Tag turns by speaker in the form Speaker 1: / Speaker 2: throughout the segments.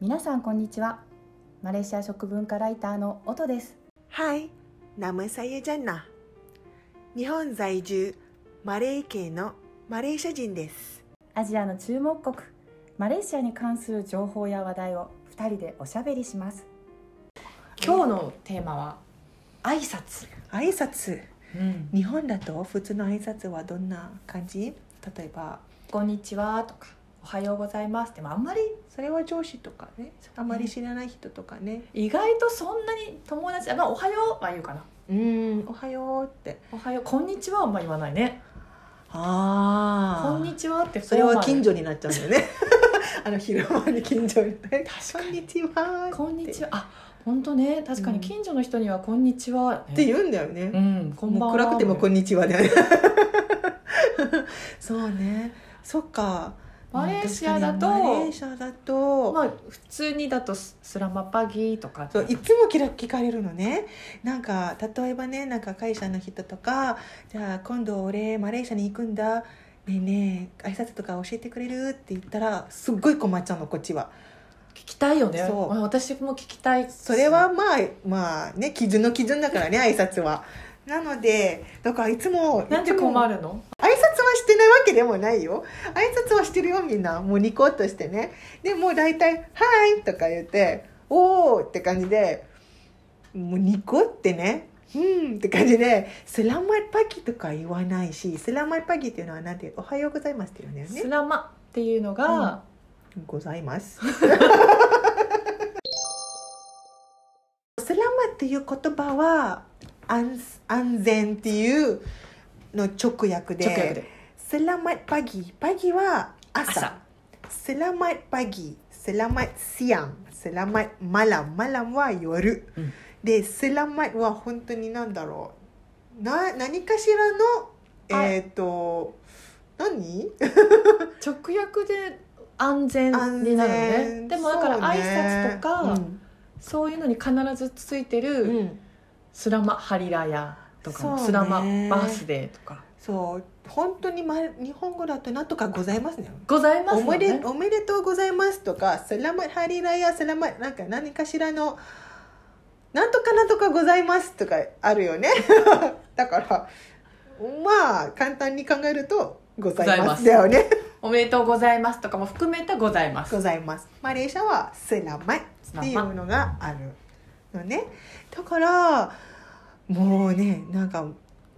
Speaker 1: 皆さんこんにちはマレーシア食文化ライターの音です
Speaker 2: Hi, ナムサイエジャンナ。日本在住、マレー系のマレーシア人です。
Speaker 1: アジアの注目国マレーシアに関する情報や話題を2人でおしゃべりします
Speaker 3: 今日のテーマは挨拶、
Speaker 2: 挨拶。
Speaker 3: うん、
Speaker 2: 日本だと普通の挨拶はどんな感じ例えば、
Speaker 3: こんにちはとかおはようございますでもあんまり
Speaker 2: それは上司とかね、あまり知らない人とかね。
Speaker 3: 意外とそんなに友達あまあおはようは言うかな
Speaker 2: うん、おはようって。
Speaker 3: おはようこんにちははあんま言わないね
Speaker 2: あ
Speaker 3: こんにちはって
Speaker 2: それは近
Speaker 3: 所
Speaker 2: 所になっちゃうんだよね。 あの昼間に近所に。こんにちは。
Speaker 3: こんにちはあ本当ね確か
Speaker 2: う
Speaker 3: に
Speaker 2: ん
Speaker 3: 近所の人にはこんにちは、ね
Speaker 2: って言うんだよね。
Speaker 3: うんこんばん
Speaker 2: もう
Speaker 3: は
Speaker 2: 暗くてもこん
Speaker 3: に
Speaker 2: にち はだよねそうねそっか
Speaker 3: マレーシアだと
Speaker 2: マレーシアだと、
Speaker 3: まあ普通にだとススラマパギーとか
Speaker 2: そういつも聞聞かれるのねなんか例えばねなんか会社の人とか「じゃあ今度俺マレーシアに行くんだ」ねえねえ挨拶とか教えてくれるって言ったらすっごい困っちゃうのこっちは
Speaker 3: 聞きたいよね
Speaker 2: そう
Speaker 3: まあ私も聞きたい
Speaker 2: それはまあまあね基準の基準だからね挨拶はなのでだからいつも
Speaker 3: なんで
Speaker 2: いつも
Speaker 3: 困るの
Speaker 2: 挨拶はしてないわけでもないよ挨拶はしてるよみんなもうニコッとしてねでもう大体「はい」とか言って「おー」って感じでもうニコってねうんって感じで「スラマイパキ」とか言わないし「スラマイパキ」っていうのはなんて「おはようございます」っていうんだよ
Speaker 3: ス
Speaker 2: ね
Speaker 3: ラマっていうのが、
Speaker 2: 「ござ います」スラマっていう言葉は安安全っていうの直訳で
Speaker 3: 直訳で
Speaker 2: Selamat pagi. Pagi wa
Speaker 3: Asap.
Speaker 2: asap. Selamat pagi. Selamat siang. Selamat malam. Malam wa yoru.
Speaker 3: うん
Speaker 2: で、Selamat は本当になんだろう。な、何かしらの、
Speaker 3: あ
Speaker 2: えっ、と、
Speaker 3: 直
Speaker 2: 何
Speaker 3: 訳で安全になるのねでもだから挨拶とかそう,、いうのに必ずついてる、
Speaker 2: そうねうんうん
Speaker 3: スラマハリラヤと
Speaker 2: そう
Speaker 3: か、
Speaker 2: ね
Speaker 3: スラマバースデーとか
Speaker 2: そう、本当に、ま、日本語だとなんとかございますね。
Speaker 3: ございます
Speaker 2: お
Speaker 3: よ
Speaker 2: めで
Speaker 3: ね
Speaker 2: おめでとうございますとか「セラマハリラヤセラマなんか何かしらの「なんとかなんとかございます」とかあるよね だからまあ簡単に考えると「ございます」だよね
Speaker 3: おめでとうございますとかも含めたございま
Speaker 2: 「
Speaker 3: す
Speaker 2: ございます」マレーシアは「セラマイ」っていうのがあるのねだからもうねなんか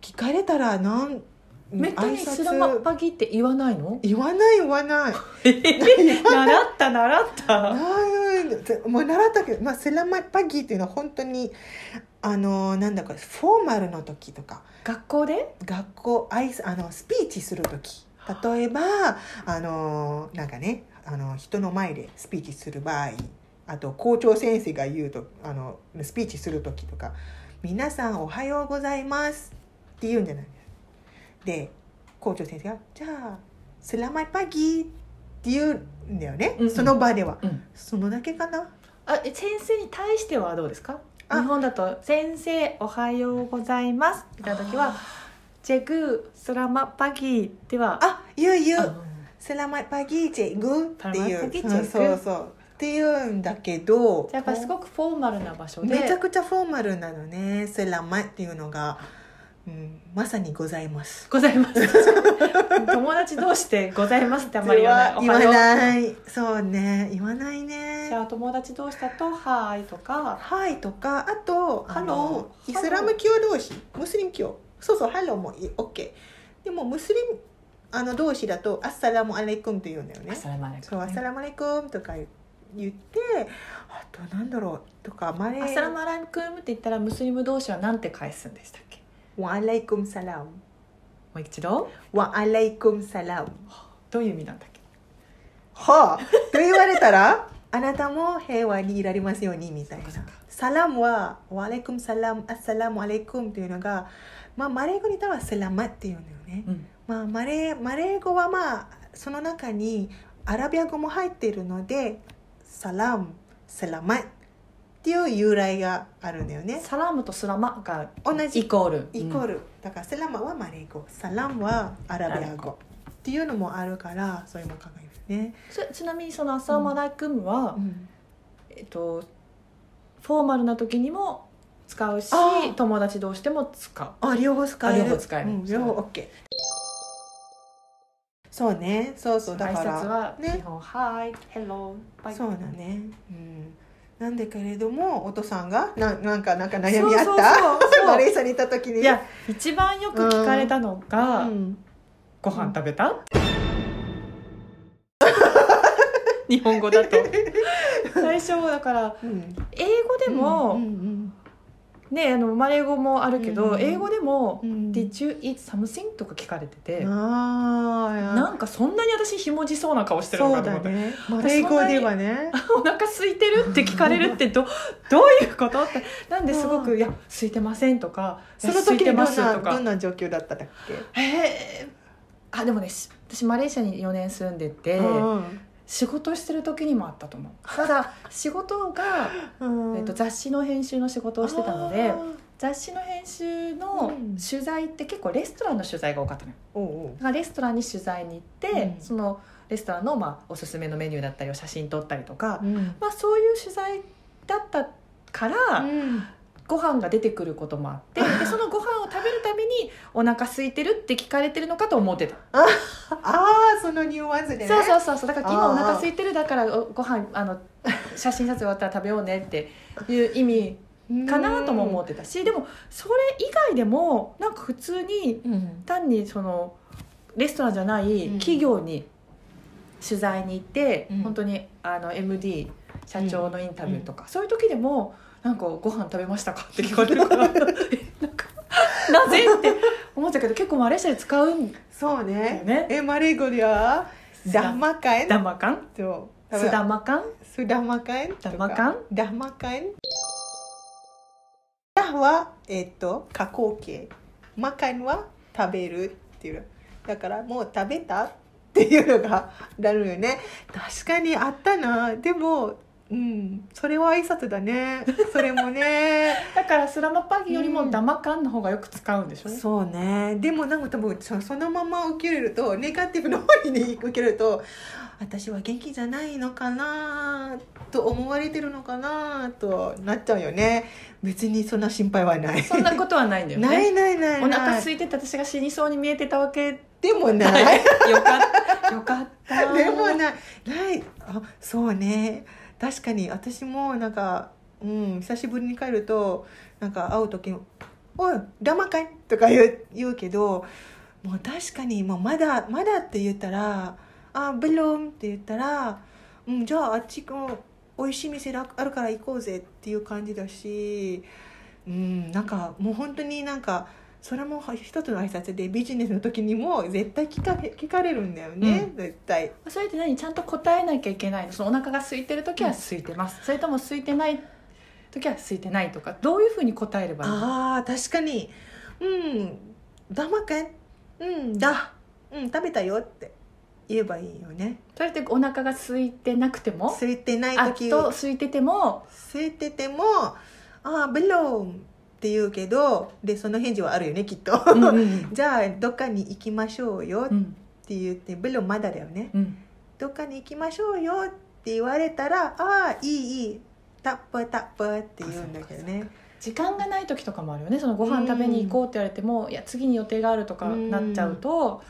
Speaker 2: 聞かれたらなん
Speaker 3: めったに
Speaker 2: 挨拶
Speaker 3: スラマバギって言わないの
Speaker 2: 言わない言わない
Speaker 3: 習った習った
Speaker 2: ああいうもう習ったけど、まあ、セラマパギーっていうのは本当にあのなんだかフォーマルの時とか
Speaker 3: 学校で
Speaker 2: 学校アイスあのスピーチする時例えばあのなんかねあの人の前でスピーチする場合あと校長先生が言うとあのスピーチする時とか「皆さんおはようございます」って言うんじゃないで校長先生が「じゃあセラマパギー」って言うんだよね、
Speaker 3: うん
Speaker 2: その場では。
Speaker 3: うん
Speaker 2: そのだけかな
Speaker 3: あえ先生に対してはどうですか
Speaker 2: あ
Speaker 3: 日本だと「先生おはようございます」みたいな時は「ジェグースラマバギ」では
Speaker 2: あゆうゆ
Speaker 3: あ
Speaker 2: うセラマパギーチェグってい
Speaker 3: セラマパギーチ
Speaker 2: う
Speaker 3: ェグ
Speaker 2: そうそうそうっていうんだけど
Speaker 3: じゃあやっぱすごくフォーマルな場所で
Speaker 2: めちゃくちゃフォーマルなのねセラマっていうのが、うん、まさにございます
Speaker 3: ございます。 友達同士でございますってあんまり言わない。
Speaker 2: それは言わ
Speaker 3: い。
Speaker 2: ないそうね言わない
Speaker 3: じゃ
Speaker 2: ね
Speaker 3: あ友達同士だとはーいとか。
Speaker 2: はいとかあと
Speaker 3: あの
Speaker 2: ハローイ
Speaker 3: ハロー
Speaker 2: スラム教同士ムスリム教そうそうハローもいい OK でもムスリムあの同士だとアッサラムアレイクムって言うんだよね
Speaker 3: アサラマレ
Speaker 2: そう「アサラマレコム」とか言ってあとなんだろうとか「マレ
Speaker 3: ア
Speaker 2: ー
Speaker 3: サラマライクームって言ったらムスリム同士はなんて返すんでしたっけ。
Speaker 2: ワアレイクムサラム」
Speaker 3: もう一度。
Speaker 2: 「ワアレイクムサラム
Speaker 3: どういう意味なんだっけ。」
Speaker 2: はあと言われた ら「あなたも平和にいられますように」みたいな
Speaker 3: そうかそうか
Speaker 2: 「サラム」は「ワアレイクムサラム」「アッサラムアレイクム」っていうのが、まあ、マレー語に言ったら「セラマ」っていうんだよね、
Speaker 3: うん。
Speaker 2: まあ、マレーマレー語はまあその中にアラビア語も入っているので「サラム」「セラマ」っていう由来があるんだよね
Speaker 3: サラムとスラマが
Speaker 2: 同じ
Speaker 3: イコール。
Speaker 2: イコー
Speaker 3: ル。
Speaker 2: ル、だからセラマはマレー語サラムはアラビア
Speaker 3: アラビア
Speaker 2: 語っていうのもあるからそういうのも考えますね、
Speaker 3: そちなみにそのアサラマライクームはえっと、フォーマルな時にも使うし
Speaker 2: あー
Speaker 3: 友達同士でも使う
Speaker 2: あ両方使える
Speaker 3: あ両方使える
Speaker 2: うん、両方 OK そうねそうそうだ
Speaker 3: 挨
Speaker 2: か
Speaker 3: 拶
Speaker 2: ら
Speaker 3: は
Speaker 2: ね
Speaker 3: 基本「Hi」「Hello」「Bye」
Speaker 2: そうだね、うん、なんでけれどもお父さんがななんかなんか悩みあ
Speaker 3: そうそ
Speaker 2: っ
Speaker 3: う
Speaker 2: た
Speaker 3: そうそう
Speaker 2: マレーシアにいた時に
Speaker 3: いや一番よく聞かれたの
Speaker 2: う
Speaker 3: が「
Speaker 2: ん、
Speaker 3: ご飯食べ た?」日本語だと 最初だから
Speaker 2: うん、
Speaker 3: 英語でも、
Speaker 2: うんうん
Speaker 3: ねあのマレー語もあるけど、
Speaker 2: うん
Speaker 3: 英語でも「
Speaker 2: うん
Speaker 3: Did you eat something?」とか聞かれてて、
Speaker 2: あー
Speaker 3: なんかそんなに私ひもじそうな顔してるのか
Speaker 2: そう
Speaker 3: と思
Speaker 2: だ
Speaker 3: って、
Speaker 2: ねマレー語ではね
Speaker 3: お腹空いてるって聞かれるってど どういうことってなんですご
Speaker 2: う
Speaker 3: く「いや空いてません」とか「い
Speaker 2: そ
Speaker 3: や
Speaker 2: の
Speaker 3: 空い
Speaker 2: 時
Speaker 3: て
Speaker 2: にど
Speaker 3: ま
Speaker 2: ん
Speaker 3: す」
Speaker 2: な
Speaker 3: と
Speaker 2: ど
Speaker 3: か
Speaker 2: んな状況だったんだっけ、
Speaker 3: えーあでもねし私マレーシアに4年住んでて、仕事してる時にもあったと思うた だ仕事が、
Speaker 2: うん
Speaker 3: えっと、雑誌の編集の仕事をしてたので
Speaker 2: あー
Speaker 3: 雑誌の編集の
Speaker 2: うん
Speaker 3: 取材って結構レストランの取材が多かったのよ
Speaker 2: おうおう
Speaker 3: だからレストランに取材に行って、
Speaker 2: うん
Speaker 3: そのレストランの、まあ、おすすめのメニューだったりを写真撮ったりとか、
Speaker 2: うん
Speaker 3: まあ、そういう取材だったから、
Speaker 2: うん
Speaker 3: ご飯が出てくることもあ ってでそのご飯を食べるためにお腹空いてるって聞かれてるのかと思ってた、
Speaker 2: ああそのニュアンスでね
Speaker 3: そうそうそうそうだから今
Speaker 2: あー
Speaker 3: お腹空いてるだからおご飯あ の写真撮影終わったら食べようねっていう意味
Speaker 2: うん
Speaker 3: かなとも思ってたしでもそれ以外でもなんか普通に
Speaker 2: うん
Speaker 3: 単にそのレストランじゃない
Speaker 2: うん
Speaker 3: 企業に取材に行って、
Speaker 2: うん
Speaker 3: 本当にあの MD 社長のインタビューとか、そういう時でも「なんかご飯食べましたか?」って聞かれるからえ なんかなぜって思っちゃうけど結構マレーシアで使うん
Speaker 2: そうね
Speaker 3: ね
Speaker 2: えマレー語ではダマカエン
Speaker 3: ダマカン
Speaker 2: と
Speaker 3: スダマカン
Speaker 2: スダマカエンと
Speaker 3: ダ
Speaker 2: か
Speaker 3: マカン
Speaker 2: ダマカエンダはえっと加工形マカエンは食べるっていうだからもう食べた っていうのがなるよね確かにあったなでもうんそれは挨拶だねそれもね
Speaker 3: だからスラマパギより
Speaker 2: う
Speaker 3: も
Speaker 2: ん
Speaker 3: ダマカンの方がよく使うんでしょ、
Speaker 2: そうねでもなんか多分そそのまま受け入れるとネガティブの方に受け入れると私は元気じゃないのかなと思われてるのかなとなっちゃうよね別にそんな心配はない
Speaker 3: そんなことはないんだよね
Speaker 2: ないないない
Speaker 3: お腹
Speaker 2: ない
Speaker 3: 空いてて私が死にそうに見えてたわけ
Speaker 2: でも
Speaker 3: な
Speaker 2: ないい
Speaker 3: よかったよかった
Speaker 2: でもないないあそうね確かに私もなんかうん久しぶりに帰るとなんか会う時に「おいダマかい?」とか言う言うけどもう確かにもうまだまだって言ったら「あベロン」って言ったら「うんじゃああっちの美味しい店あるから行こうぜ」っていう感じだしうんなんかもう本当になんかそれも一つの挨拶でビジネスの時にも絶対聞かれ聞かれるんだよね、絶対。
Speaker 3: それって何ちゃんと答えなきゃいけないのそのお腹が空いてる時は空いてます、それとも空いてない時は空いてないとかどういうふうに答えればいいの
Speaker 2: ああ確かにうんだまけんうんだうん食べたよって言えばいいよね
Speaker 3: それってお腹が空いてなくても
Speaker 2: 空いてない
Speaker 3: あ
Speaker 2: 時
Speaker 3: と空いてても
Speaker 2: 空いてても「ああベロン」って言うけどでその返事はあるよねきっと、
Speaker 3: うんうん
Speaker 2: じゃあどっかに行きましょうよっ
Speaker 3: うん
Speaker 2: て言って「ベロンまだだよね
Speaker 3: うん
Speaker 2: どっかに行きましょうよ」って言われたら「ああいいいいタップタップ」って言うんだけどね
Speaker 3: 時間がない時とかもあるよねそのご飯食べに行こうって言われても、いや次に予定があるとかなっちゃうと、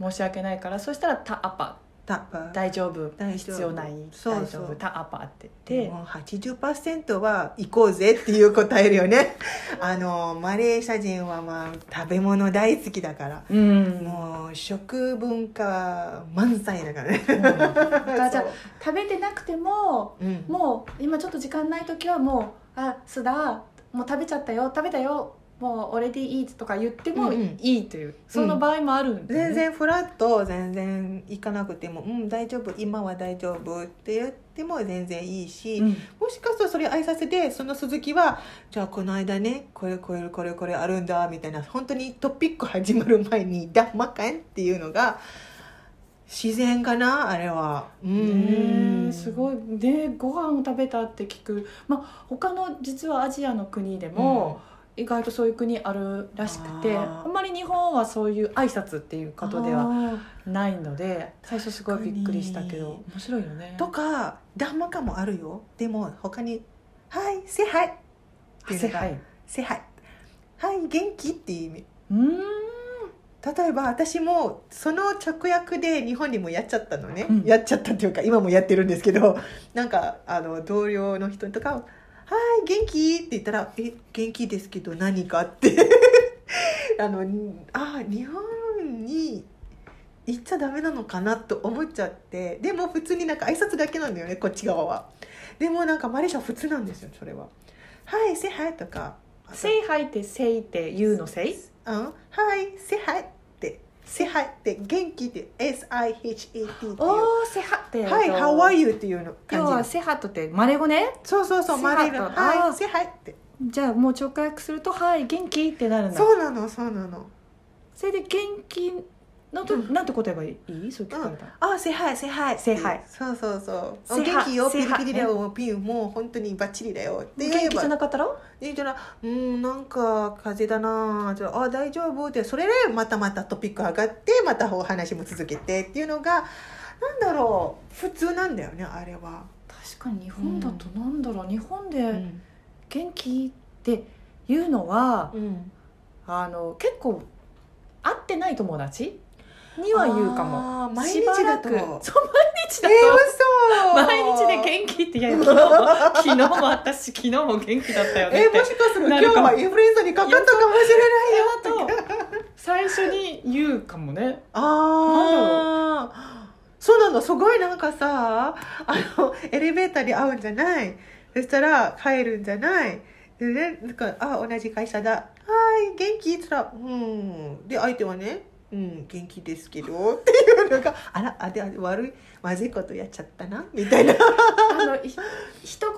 Speaker 3: 申し訳ないからそしたら「たあぱ」
Speaker 2: タッ
Speaker 3: 「
Speaker 2: プ
Speaker 3: 大丈夫」
Speaker 2: 大丈夫
Speaker 3: 必要ない「
Speaker 2: そう
Speaker 3: 大
Speaker 2: そ
Speaker 3: 丈
Speaker 2: う
Speaker 3: 夫」「たあぱ」って言って、
Speaker 2: もう80%は行こうぜっていう答えるよね あのマレーシア人はまあ食べ物大好きだから
Speaker 3: うん
Speaker 2: もう食文化満載だからね
Speaker 3: だからじゃあ
Speaker 2: そう
Speaker 3: 食べてなくても
Speaker 2: うん
Speaker 3: もう今ちょっと時間ない時はもう「あ須田もう食べちゃったよ食べたよもう俺でいい」とか言っても
Speaker 2: うんうん
Speaker 3: いいという、その場合もあるんだよ
Speaker 2: 全
Speaker 3: ね
Speaker 2: 然フラット全然行かなくても「うん大丈夫今は大丈夫」って言っても全然いいし、
Speaker 3: うん
Speaker 2: もしかするとそれ挨拶でその鈴木は「じゃあこの間ねこれこれこれこれあるんだ」みたいな本当にトピック始まる前に「ダマカン」っていうのが自然かなあれは。う
Speaker 3: ねえす
Speaker 2: い
Speaker 3: ごいでご飯を食べたって聞くまあ他の実はアジアの国でも、
Speaker 2: も
Speaker 3: 意外とそういう国あるらしくて
Speaker 2: あ
Speaker 3: あ
Speaker 2: ー
Speaker 3: んまり日本はそういう挨拶っていうことでは
Speaker 2: は
Speaker 3: ないので最初すごいびっくりしたけど
Speaker 2: 確
Speaker 3: 面白いよね
Speaker 2: とか談話かもあるよでも他に「はいせはい」っていう
Speaker 3: 汗
Speaker 2: の
Speaker 3: は
Speaker 2: が
Speaker 3: い
Speaker 2: 「せはい」「はい元気」っていう意味
Speaker 3: うーん
Speaker 2: 例えば私もその着役で日本にもやっちゃったのね、
Speaker 3: うん
Speaker 2: やっちゃったっていうか今もやってるんですけどなんかあの同僚の人とかは「はい元気?」って言ったら「え元気ですけど何か?」って あのあ日本に行っちゃダメなのかなと思っちゃってでも普通になんか挨拶だけなんだよねこっち側はでもなんかマレーシアは普通なんですよそれは「はいせはい」とか
Speaker 3: 「せいはい」って「せい」って「言うのせい」
Speaker 2: うん、はい、せはいって、せはいって、元気って、S. I. H. E. T. っていう。は
Speaker 3: おーセハって
Speaker 2: い、
Speaker 3: やつ
Speaker 2: How are you っていうの
Speaker 3: 要
Speaker 2: 感
Speaker 3: は
Speaker 2: じ。
Speaker 3: セハトってマレ語ね
Speaker 2: そうそうそう、
Speaker 3: せ
Speaker 2: マ
Speaker 3: は
Speaker 2: レ
Speaker 3: い
Speaker 2: ーの、
Speaker 3: とあー
Speaker 2: はい、せはいって。
Speaker 3: じゃあもう直訳すると「はい元気?」ってなるんだ
Speaker 2: そうなの、そうなの。
Speaker 3: それで元気のと、なんて答えばいいそう聞かれたら、
Speaker 2: あー、せはい、せはい。
Speaker 3: せはい。
Speaker 2: そうそうそう。
Speaker 3: せ
Speaker 2: お
Speaker 3: はい
Speaker 2: 元気よ、
Speaker 3: せ
Speaker 2: ピ
Speaker 3: はい
Speaker 2: リピリだよ、ピン、もう本当にバッチリだよ。って言え
Speaker 3: 元気じゃ
Speaker 2: ば。
Speaker 3: なかったら
Speaker 2: で、じゃあ、うん、なんか風邪だなあ。じゃあ、あー、大丈夫って、それで、またまたトピック上がって、またお話も続けてっていうのが。なんだろう、普通なんだよね、あれは。
Speaker 3: 確かに日本だとなんだろう、日本
Speaker 2: う
Speaker 3: で
Speaker 2: ん。
Speaker 3: 「元気?」って言うのは、
Speaker 2: うん
Speaker 3: あの結構会ってない友達には言うかも
Speaker 2: あー毎
Speaker 3: し
Speaker 2: 日
Speaker 3: ば
Speaker 2: だ
Speaker 3: ら
Speaker 2: と
Speaker 3: く
Speaker 2: え
Speaker 3: そう毎日だと、
Speaker 2: 嘘
Speaker 3: 毎日で元気っていや昨日昨日もあったし昨日も元気だったよね
Speaker 2: え
Speaker 3: って
Speaker 2: もしかする
Speaker 3: な
Speaker 2: 今日
Speaker 3: るかも
Speaker 2: はインフルエンザにかかったかもしれないよ
Speaker 3: それは最初に言うかもね
Speaker 2: ああそうなのすごいなんかさあのエレベーターで会うんじゃないそしたら帰るんじゃないでねなんかあ同じ会社だはい元気って言ったらうんで相手はねうん元気ですけどっていうのがあらあであで悪いまずいことやっちゃったなみたいな
Speaker 3: あのひ一言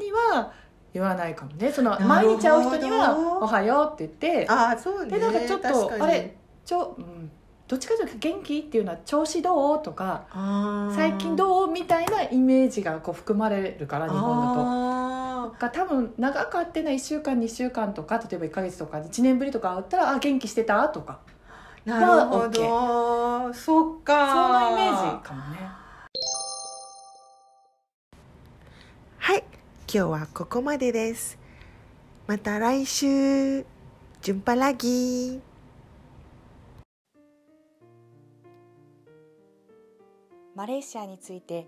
Speaker 3: 目には言わないかもねその
Speaker 2: るほど
Speaker 3: 毎日会う人には「おはよう」って言って
Speaker 2: ああそうね
Speaker 3: でなんかちょっと
Speaker 2: 確かに
Speaker 3: あれちょ、うん、どっちかというと「元気?」っていうのは「調子どう?」とか「最近
Speaker 2: う
Speaker 3: どう?」みたいなイメージがこう含まれるから日本だと。
Speaker 2: 本
Speaker 3: が多分長く会ってない1週間2週間とか例えば1か月とか1年ぶりとか会ったら「あ元気してた?」とか
Speaker 2: だとなるほどそ
Speaker 3: そ
Speaker 2: っ
Speaker 3: ん
Speaker 2: か
Speaker 3: なイメージかもね。
Speaker 2: はい今日はここまでですまた来週ジュンパラギ
Speaker 1: マレーシアについて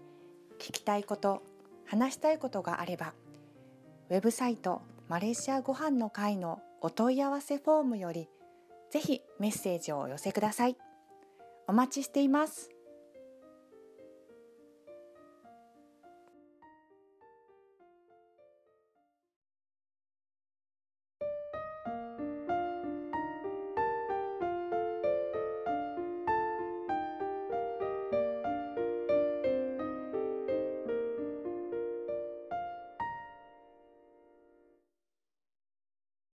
Speaker 1: 聞きたいこと話したいことがあればウェブサイトマレーシアご飯の会のお問い合わせフォームよりぜひメッセージをお寄せくださいお待ちしています